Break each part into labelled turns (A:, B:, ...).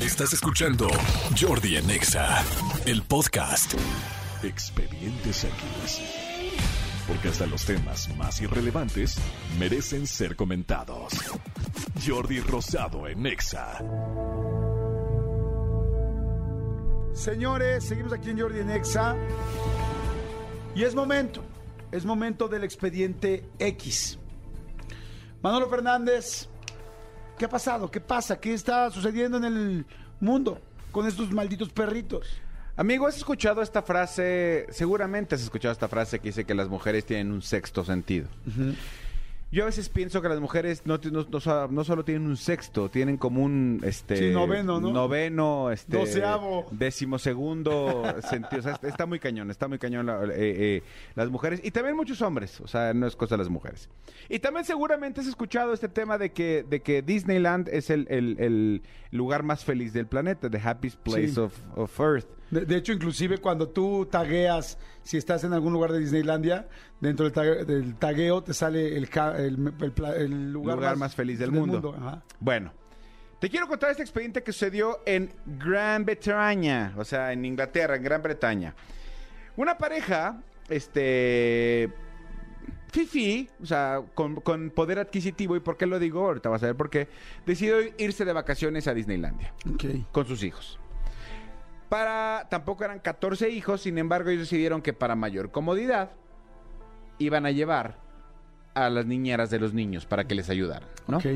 A: Estás escuchando Jordi en Exa, el podcast Expedientes X. Porque hasta los temas más irrelevantes merecen ser comentados. Jordi Rosado en Exa.
B: Señores, seguimos aquí en Jordi en Exa. Y es momento, es momento del expediente X. Manolo Fernández, ¿qué ha pasado? ¿Qué pasa? ¿Qué está sucediendo en el mundo con estos malditos perritos?
C: Amigo, ¿has escuchado esta frase? Seguramente has escuchado esta frase que dice que las mujeres tienen un sexto sentido. Yo a veces pienso que las mujeres no, ti- no- no so- no solo tienen un sexto, tienen como un este
B: Sí, noveno, ¿no?
C: noveno, este
B: Doceavo.
C: decimosegundo sentido. O sea, está- está muy cañón, está muy cañón la- eh, eh, las mujeres y también muchos hombres. O sea, no es cosa de las mujeres. Y también seguramente has escuchado este tema de que de que Disneyland es el, el- el lugar más feliz del planeta, the happiest place
B: Sí.
C: of, of Earth.
B: De, de hecho, inclusive cuando tú tagueas, si estás en algún lugar de Disneylandia, dentro del tague- del tagueo, te sale el, ca- el- el pla- el lugar,
C: lugar, más, feliz del, mundo.
B: Ajá.
C: Bueno, te quiero contar este expediente que sucedió en Gran Bretaña, o sea, en Inglaterra, en Gran Bretaña. Una pareja, este. Fifi, o sea, con, con poder adquisitivo, ¿y por qué lo digo? Ahorita vas a ver por qué. Decidió irse de vacaciones a Disneylandia
B: Ok.
C: con sus hijos. Para, tampoco eran 14 hijos, sin embargo, ellos decidieron que para mayor comodidad iban a llevar a las niñeras de los niños para que les ayudaran, ¿no?
B: Ok.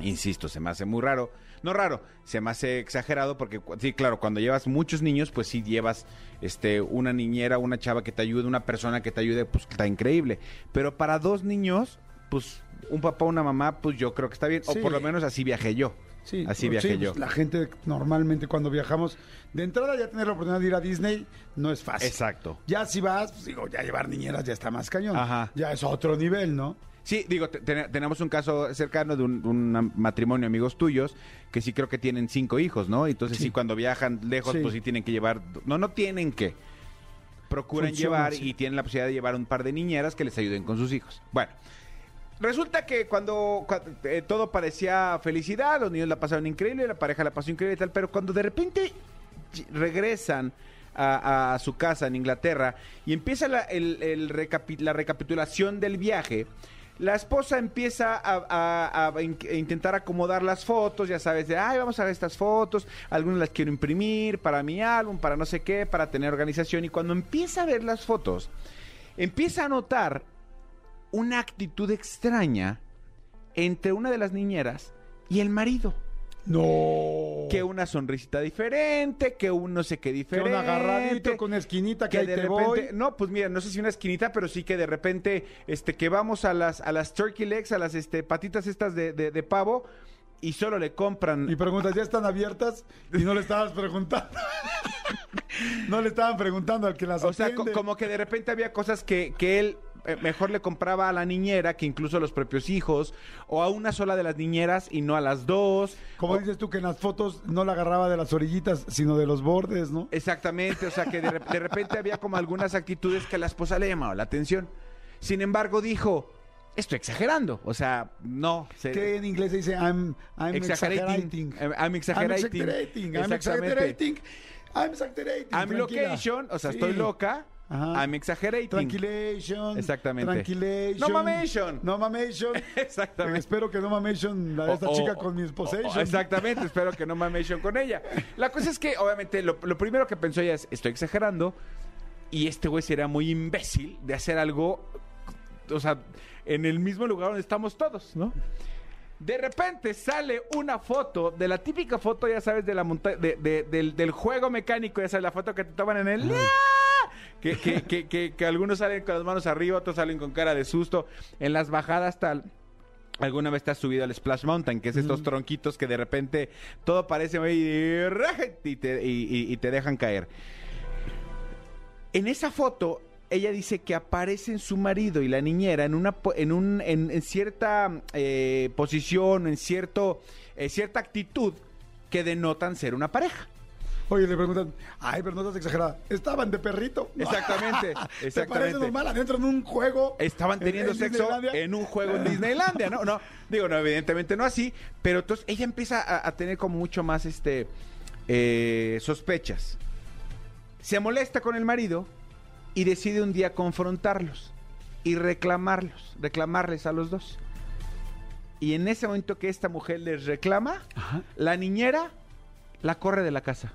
C: Insisto, se me hace muy raro. No raro, se me hace exagerado porque, cu- sí, claro, cuando llevas muchos niños, pues sí llevas este, una niñera, una chava que te ayude, una persona que te ayude, pues está increíble. Pero para dos niños, pues un papá, una mamá, pues yo creo que está bien.
B: Sí.
C: O por lo menos así viajé yo.
B: Sí,
C: así
B: pues, sí,
C: viajé yo.
B: pues, la gente normalmente cuando viajamos, de entrada ya tener la oportunidad de ir a Disney no es fácil.
C: Exacto.
B: Ya si vas, pues, digo, ya llevar niñeras ya está más cañón.
C: Ajá.
B: Ya es otro nivel, ¿no?
C: Sí, digo, te- te- tenemos un caso cercano de un, un matrimonio, amigos tuyos, que sí creo que tienen cinco hijos, ¿no? Entonces sí, cuando viajan lejos,
B: Sí.
C: pues sí tienen que llevar... No, no tienen que. Procuran
B: Funciona,
C: llevar
B: sí.
C: y tienen la posibilidad de llevar un par de niñeras que les ayuden con sus hijos. Bueno, resulta que cuando, cua- eh, todo parecía felicidad, los niños la pasaron increíble, la pareja la pasó increíble y tal, pero cuando de repente ll- regresan a, a su casa en Inglaterra y empieza la, el- el recapi- la recapitulación del viaje, la esposa empieza a, a- a in- a intentar acomodar las fotos, ya sabes, de, ay, vamos a ver estas fotos, algunas las quiero imprimir para mi álbum, para no sé qué, para tener organización, y cuando empieza a ver las fotos, empieza a notar una actitud extraña entre una de las niñeras y el marido.
B: No.
C: Que una sonrisita diferente, que un no sé qué
B: Que
C: diferente.
B: un agarradito con esquinita que,
C: que
B: ahí
C: de
B: te
C: repente,
B: voy.
C: no, pues mira, no sé si una esquinita, pero sí que de repente, este, que vamos a las, a las turkey legs, a las este, patitas estas de, de- de pavo, y solo le compran.
B: Y preguntas, ¿ya están abiertas? Y no le estabas preguntando. no le estaban preguntando al que las
C: O sea, co-
B: atiende.
C: como que de repente había cosas que, que él eh, mejor le compraba a la niñera que incluso a los propios hijos, o a una sola de las niñeras y no a las dos.
B: Como
C: o-
B: dices tú, que en las fotos no la agarraba de las orillitas, sino de los bordes, ¿no?
C: Exactamente, o sea que de, rep- de repente había como algunas actitudes que a la esposa le llamaba la atención. Sin embargo, dijo, estoy exagerando, o sea, no. se-
B: que en inglés se dice I'm, I'm
C: Exaggerating.
B: exaggerating.
C: I'm exaggerating.
B: I'm
C: Exactamente.
B: exaggerating. I'm exaggerating.
C: I'm
B: Tranquila.
C: location, o sea,
B: Sí.
C: estoy loca,
B: Ajá.
C: I'm exaggerating.
B: Tranquilation.
C: Exactamente.
B: Tranquilation.
C: No mamation.
B: No mamation. Eh,
C: Exactamente.
B: Espero que no mamation la de esta
C: O- o-
B: chica con mi
C: o-
B: esposation.
C: exactamente, espero que no mamation con ella. La cosa es que, obviamente, lo, lo primero que pensó ella es, estoy exagerando, y este güey sería muy imbécil de hacer algo, o sea, en el mismo lugar donde estamos todos, ¿no? De repente sale una foto de la típica foto, ya sabes, de la monta- de- de- del, del juego mecánico, ya sabes, la foto que te toman en el... ¡Ah! Que, que- que- que- que algunos salen con las manos arriba, otros salen con cara de susto. En las bajadas tal... ¿Alguna vez te has subido al Splash Mountain? Que es
B: Mm.
C: estos tronquitos que de repente todo parece muy... Y te, y- y- y te dejan caer. En esa foto, ella dice que aparecen su marido y la niñera en una po- en un en, en cierta eh, posición, en cierto eh, cierta actitud que denotan ser una pareja.
B: Oye, le preguntan, ay, pero no estás exagerada. Estaban de perrito.
C: Exactamente,
B: ¿Te parece
C: exactamente.
B: normal adentro en un juego?
C: Estaban
B: en-
C: teniendo
B: en
C: sexo
B: Disneylandia?
C: en un juego en Disneylandia, ¿no? No, digo, no, evidentemente no así, pero entonces ella empieza a, a tener como mucho más este eh, sospechas. Se molesta con el marido y decide un día confrontarlos y reclamarlos, reclamarles a los dos. Y en ese momento que esta mujer les reclama,
B: Ajá.
C: la niñera la corre de la casa.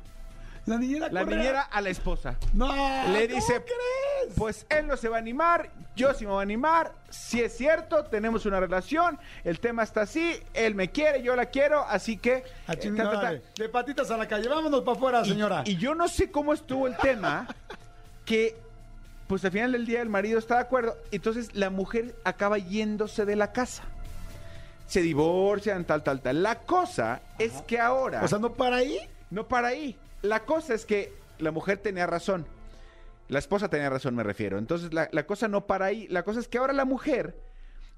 B: La niñera
C: La
B: Correa.
C: niñera a la esposa.
B: No,
C: Le
B: ¿cómo
C: dice,
B: crees?
C: pues él no se va a animar, yo sí me voy a animar, si es cierto, tenemos una relación, el tema está así, él me quiere, yo la quiero, así que...
B: A
C: eh,
B: chingar,
C: ta, ta, ta.
B: órale. De patitas a la calle, vámonos para afuera,
C: Y-
B: Ah, señora.
C: Y, yo no sé cómo estuvo el tema, que pues al final del día el marido está de acuerdo, entonces la mujer acaba yéndose de la casa. Se divorcian, tal, tal, tal. La cosa es que ahora...
B: o sea, no para ahí.
C: No para ahí. La cosa es que la mujer tenía razón. La esposa tenía razón, me refiero. Entonces, la, la cosa no para ahí. La cosa es que ahora la mujer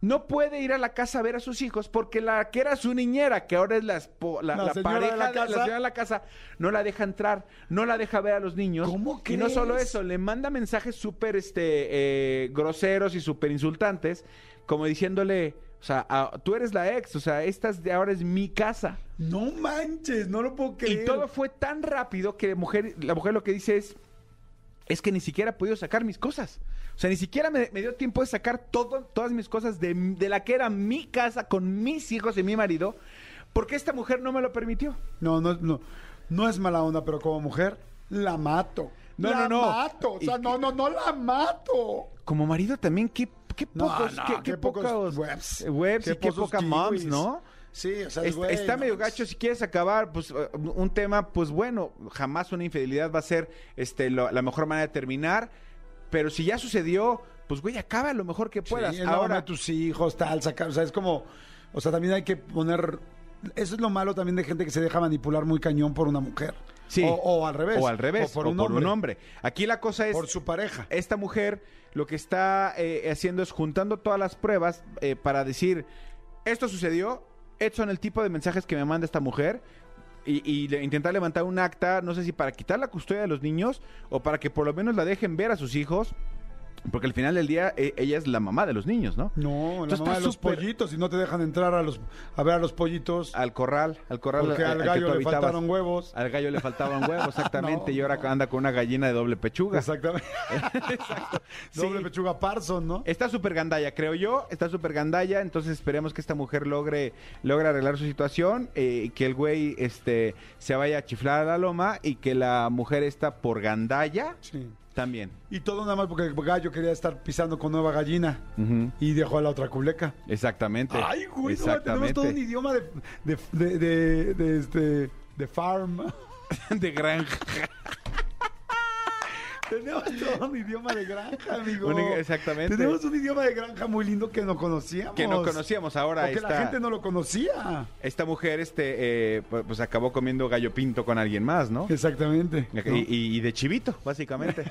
C: no puede ir a la casa a ver a sus hijos porque la que era su niñera, que ahora es la, espo- la,
B: La
C: la
B: señora
C: pareja
B: de la
C: de la
B: casa.
C: señora de la casa, no la deja entrar, no la deja ver a los niños.
B: ¿Cómo
C: Y no solo
B: crees?
C: eso, le manda mensajes súper este, eh, groseros y súper insultantes, como diciéndole, o sea, a- tú eres la ex, o sea, esta es de ahora es mi casa.
B: No manches, no lo puedo creer.
C: Y todo fue tan rápido que la mujer, la mujer lo que dice es, es que ni siquiera he podido sacar mis cosas. O sea, ni siquiera me, me dio tiempo de sacar todo, todas mis cosas de, de la que era mi casa con mis hijos y mi marido, porque esta mujer no me lo permitió.
B: No, no, no. No es mala onda, pero como mujer, la mato.
C: No,
B: la
C: no, no.
B: mato. O sea,
C: Y-
B: no, no, no la mato.
C: Como marido también, qué, qué
B: No,
C: pocos,
B: no,
C: qué, qué pocos
B: webs.
C: webs y qué
B: pocos
C: poca moms,
B: kiwis.
C: ¿no?
B: Sí, o sea,
C: Es-
B: güey,
C: está
B: no
C: medio
B: manches.
C: gacho si quieres acabar, pues eh, un tema, pues bueno, jamás una infidelidad va a ser este lo- la mejor manera de terminar, pero si ya sucedió, pues güey, acaba lo mejor que puedas.
B: Sí, es la mamá de
C: Ahora,
B: tus hijos, tal, sacar, o sea, es como, o sea, también hay que poner, eso es lo malo también de gente que se deja manipular muy cañón por una mujer.
C: sí.
B: O, o al revés.
C: o al revés,
B: O por, un, hombre,
C: Aquí la cosa es
B: Por su pareja.
C: esta mujer lo que está eh, haciendo es juntando todas las pruebas eh, para decir, esto sucedió, estos son el tipo de mensajes que me manda esta mujer. Y, y le- intentar levantar un acta, no sé si para quitar la custodia de los niños o para que por lo menos la dejen ver a sus hijos, porque al final del día eh, ella es la mamá de los niños, ¿no?
B: No, la
C: Entonces,
B: mamá
C: está
B: de los
C: súper-
B: pollitos y no te dejan entrar a los a ver a los pollitos
C: Al corral, al corral eh,
B: porque
C: al-
B: al
C: al que tú
B: gallo le
C: habitabas.
B: faltaron huevos.
C: Al gallo le faltaban huevos, exactamente,
B: No,
C: y ahora
B: no.
C: anda con una gallina de doble pechuga.
B: Exactamente. Doble
C: Sí. Eh.
B: pechuga Parson, ¿no?
C: Está súper gandalla, creo yo. Está súper gandalla. Entonces esperemos que esta mujer logre, logre arreglar su situación. eh, y que el güey este, se vaya a chiflar a la loma. Y que la mujer está por gandalla
B: Sí.
C: también.
B: Y todo nada más porque el gallo quería estar pisando con nueva gallina
C: Ujú,
B: y dejó a la otra culeca.
C: Exactamente.
B: Ay, güey, no, tenemos
C: Exactamente.
B: todo un idioma de, de, de, de, de, este, de farm.
C: de granja.
B: tenemos todo un idioma de granja, amigo.
C: Un- exactamente.
B: Tenemos un idioma de granja muy lindo que no conocíamos.
C: Que no conocíamos
B: O
C: ahora.
B: que la
C: esta-
B: gente no lo conocía.
C: Esta mujer este, eh, pues pues, acabó comiendo gallo pinto con alguien más, ¿no?
B: Exactamente.
C: Y,
B: ¿no?
C: y- y de chivito, básicamente.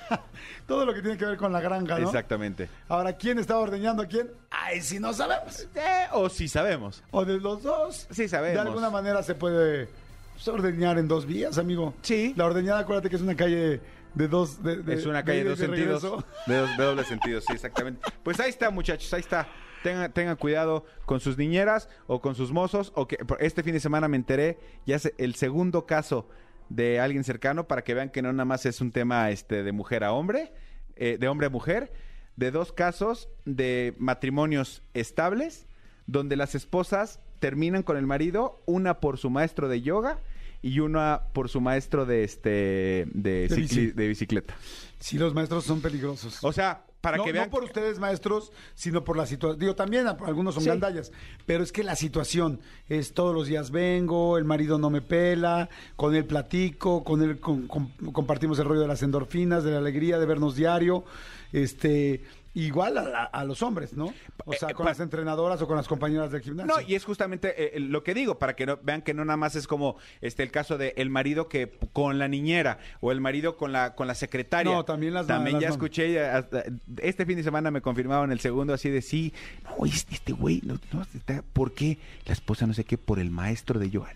B: Todo lo que tiene que ver con la granja, ¿no?
C: Exactamente.
B: Ahora, ¿quién estaba ordeñando a quién? Ay, si no sabemos.
C: Eh, o si sabemos.
B: O de los dos.
C: Sí sabemos.
B: De alguna manera se puede pues, ordeñar en dos vías, amigo.
C: Sí.
B: La ordeñada, acuérdate que es una calle de dos. de- de-
C: es una calle de
B: ida y
C: dos
B: de
C: sentidos.
B: regreso.
C: De, dos- de doble sentido, sí, exactamente. Pues ahí está, muchachos, ahí está. Tengan, tengan cuidado con sus niñeras o con sus mozos. O que por- este fin de semana me enteré ya es el segundo caso de alguien cercano para que vean que no nada más es un tema este de mujer a hombre, eh, de hombre a mujer, de dos casos de matrimonios estables donde las esposas terminan con el marido, una por su maestro de yoga y una por su maestro de este
B: De
C: de, cicli-
B: bici.
C: de bicicleta.
B: Sí, los maestros son peligrosos.
C: O sea, para
B: no,
C: que vean.
B: no por ustedes, maestros, sino por la situación. Digo, también a- algunos son
C: Sí.
B: gandallas, pero es que la situación es todos los días vengo, el marido no me pela, con él platico, con él com- com- compartimos el rollo de las endorfinas, de la alegría de vernos diario, este... Igual a, la- a los hombres, ¿no? O sea,
C: Eh,
B: con
C: pa-
B: las entrenadoras o con las compañeras del gimnasio.
C: No, y es justamente eh, lo que digo, para que no, vean que no nada más es como este el caso de el marido que p- con la niñera o el marido con la con la secretaria.
B: No, también las ma-
C: También
B: las
C: ya
B: mam-
C: escuché, ya hasta- este fin de semana me confirmaron el segundo así de sí, no, es- este güey, no, no, está- ¿por qué la esposa no sé qué? Por el maestro de yoga.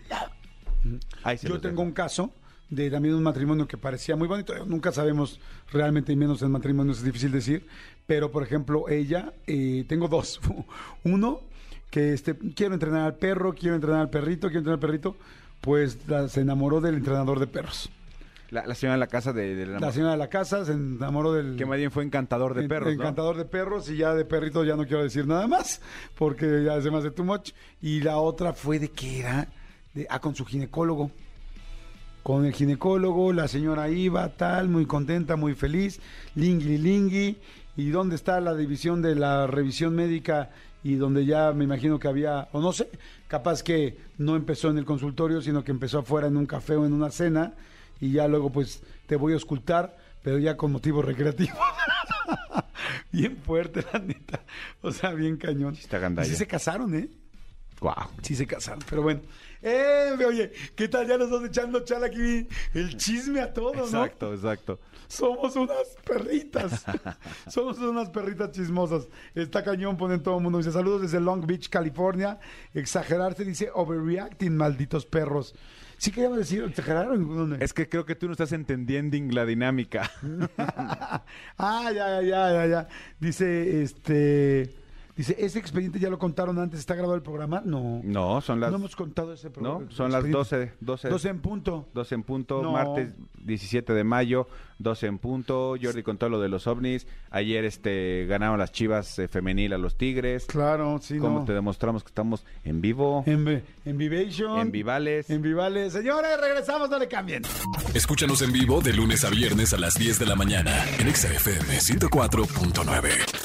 C: No. Ahí se
B: Yo
C: los
B: tengo
C: dejo.
B: un caso de también un matrimonio que parecía muy bonito. Nunca sabemos realmente, y menos en matrimonios es difícil decir. Pero, por ejemplo, ella, eh, tengo dos. Uno, que este, quiero entrenar al perro, quiero entrenar al perrito, quiero entrenar al perrito. pues la- se enamoró del entrenador de perros.
C: La, la señora de la casa de, de la,
B: La señora de la casa se enamoró del...
C: Que más bien fue encantador de
B: en-
C: perros. ¿no?
B: Encantador de perros y ya de perritos ya no quiero decir nada más porque ya se me hace too much. Y la otra fue de que era, de, ah, con su ginecólogo. Con el ginecólogo, la señora iba, tal, muy contenta, muy feliz, lingui, lingui. ¿Y dónde está la división de la revisión médica? Y donde ya me imagino que había, o no sé, capaz que no empezó en el consultorio, sino que empezó afuera en un café o en una cena. Y ya luego, pues, te voy a ocultar, pero ya con motivos recreativos. Bien fuerte, la neta. O sea, bien cañón.
C: Sí está gandalla.
B: Y sí se casaron, ¿eh?
C: Guau.
B: Sí se casaron, pero bueno. Eh, oye, ¿qué tal? Ya nos estás echando chala aquí el chisme a todos, ¿no?
C: Exacto, exacto.
B: Somos unas perritas. Somos unas perritas chismosas. Está cañón, ponen todo el mundo. Dice, saludos desde Long Beach, California. Exagerarse dice overreacting, malditos perros. ¿Sí queríamos decir exagerar o no?
C: Es que creo que tú no estás entendiendo la dinámica.
B: ah, ya, ya, ya, ya, ya. Dice, este. Dice, ese expediente ya lo contaron antes, ¿está grabado el programa? No.
C: No, son las.
B: No hemos contado ese programa.
C: No, son las 12, 12.
B: 12 en punto.
C: 12 en punto,
B: No.
C: martes 17 de mayo, 12 en punto. Jordi con todo lo de los ovnis. Ayer este ganaron las chivas eh, femenil a los tigres.
B: Claro, sí,
C: Como
B: no.
C: te demostramos que estamos en vivo, en,
B: En, en Vivation.
C: vivales.
B: En Vivales. Señores, regresamos, no le cambien.
A: Escúchanos en vivo de lunes a viernes a las 10 de la mañana en Exa FM 104.9.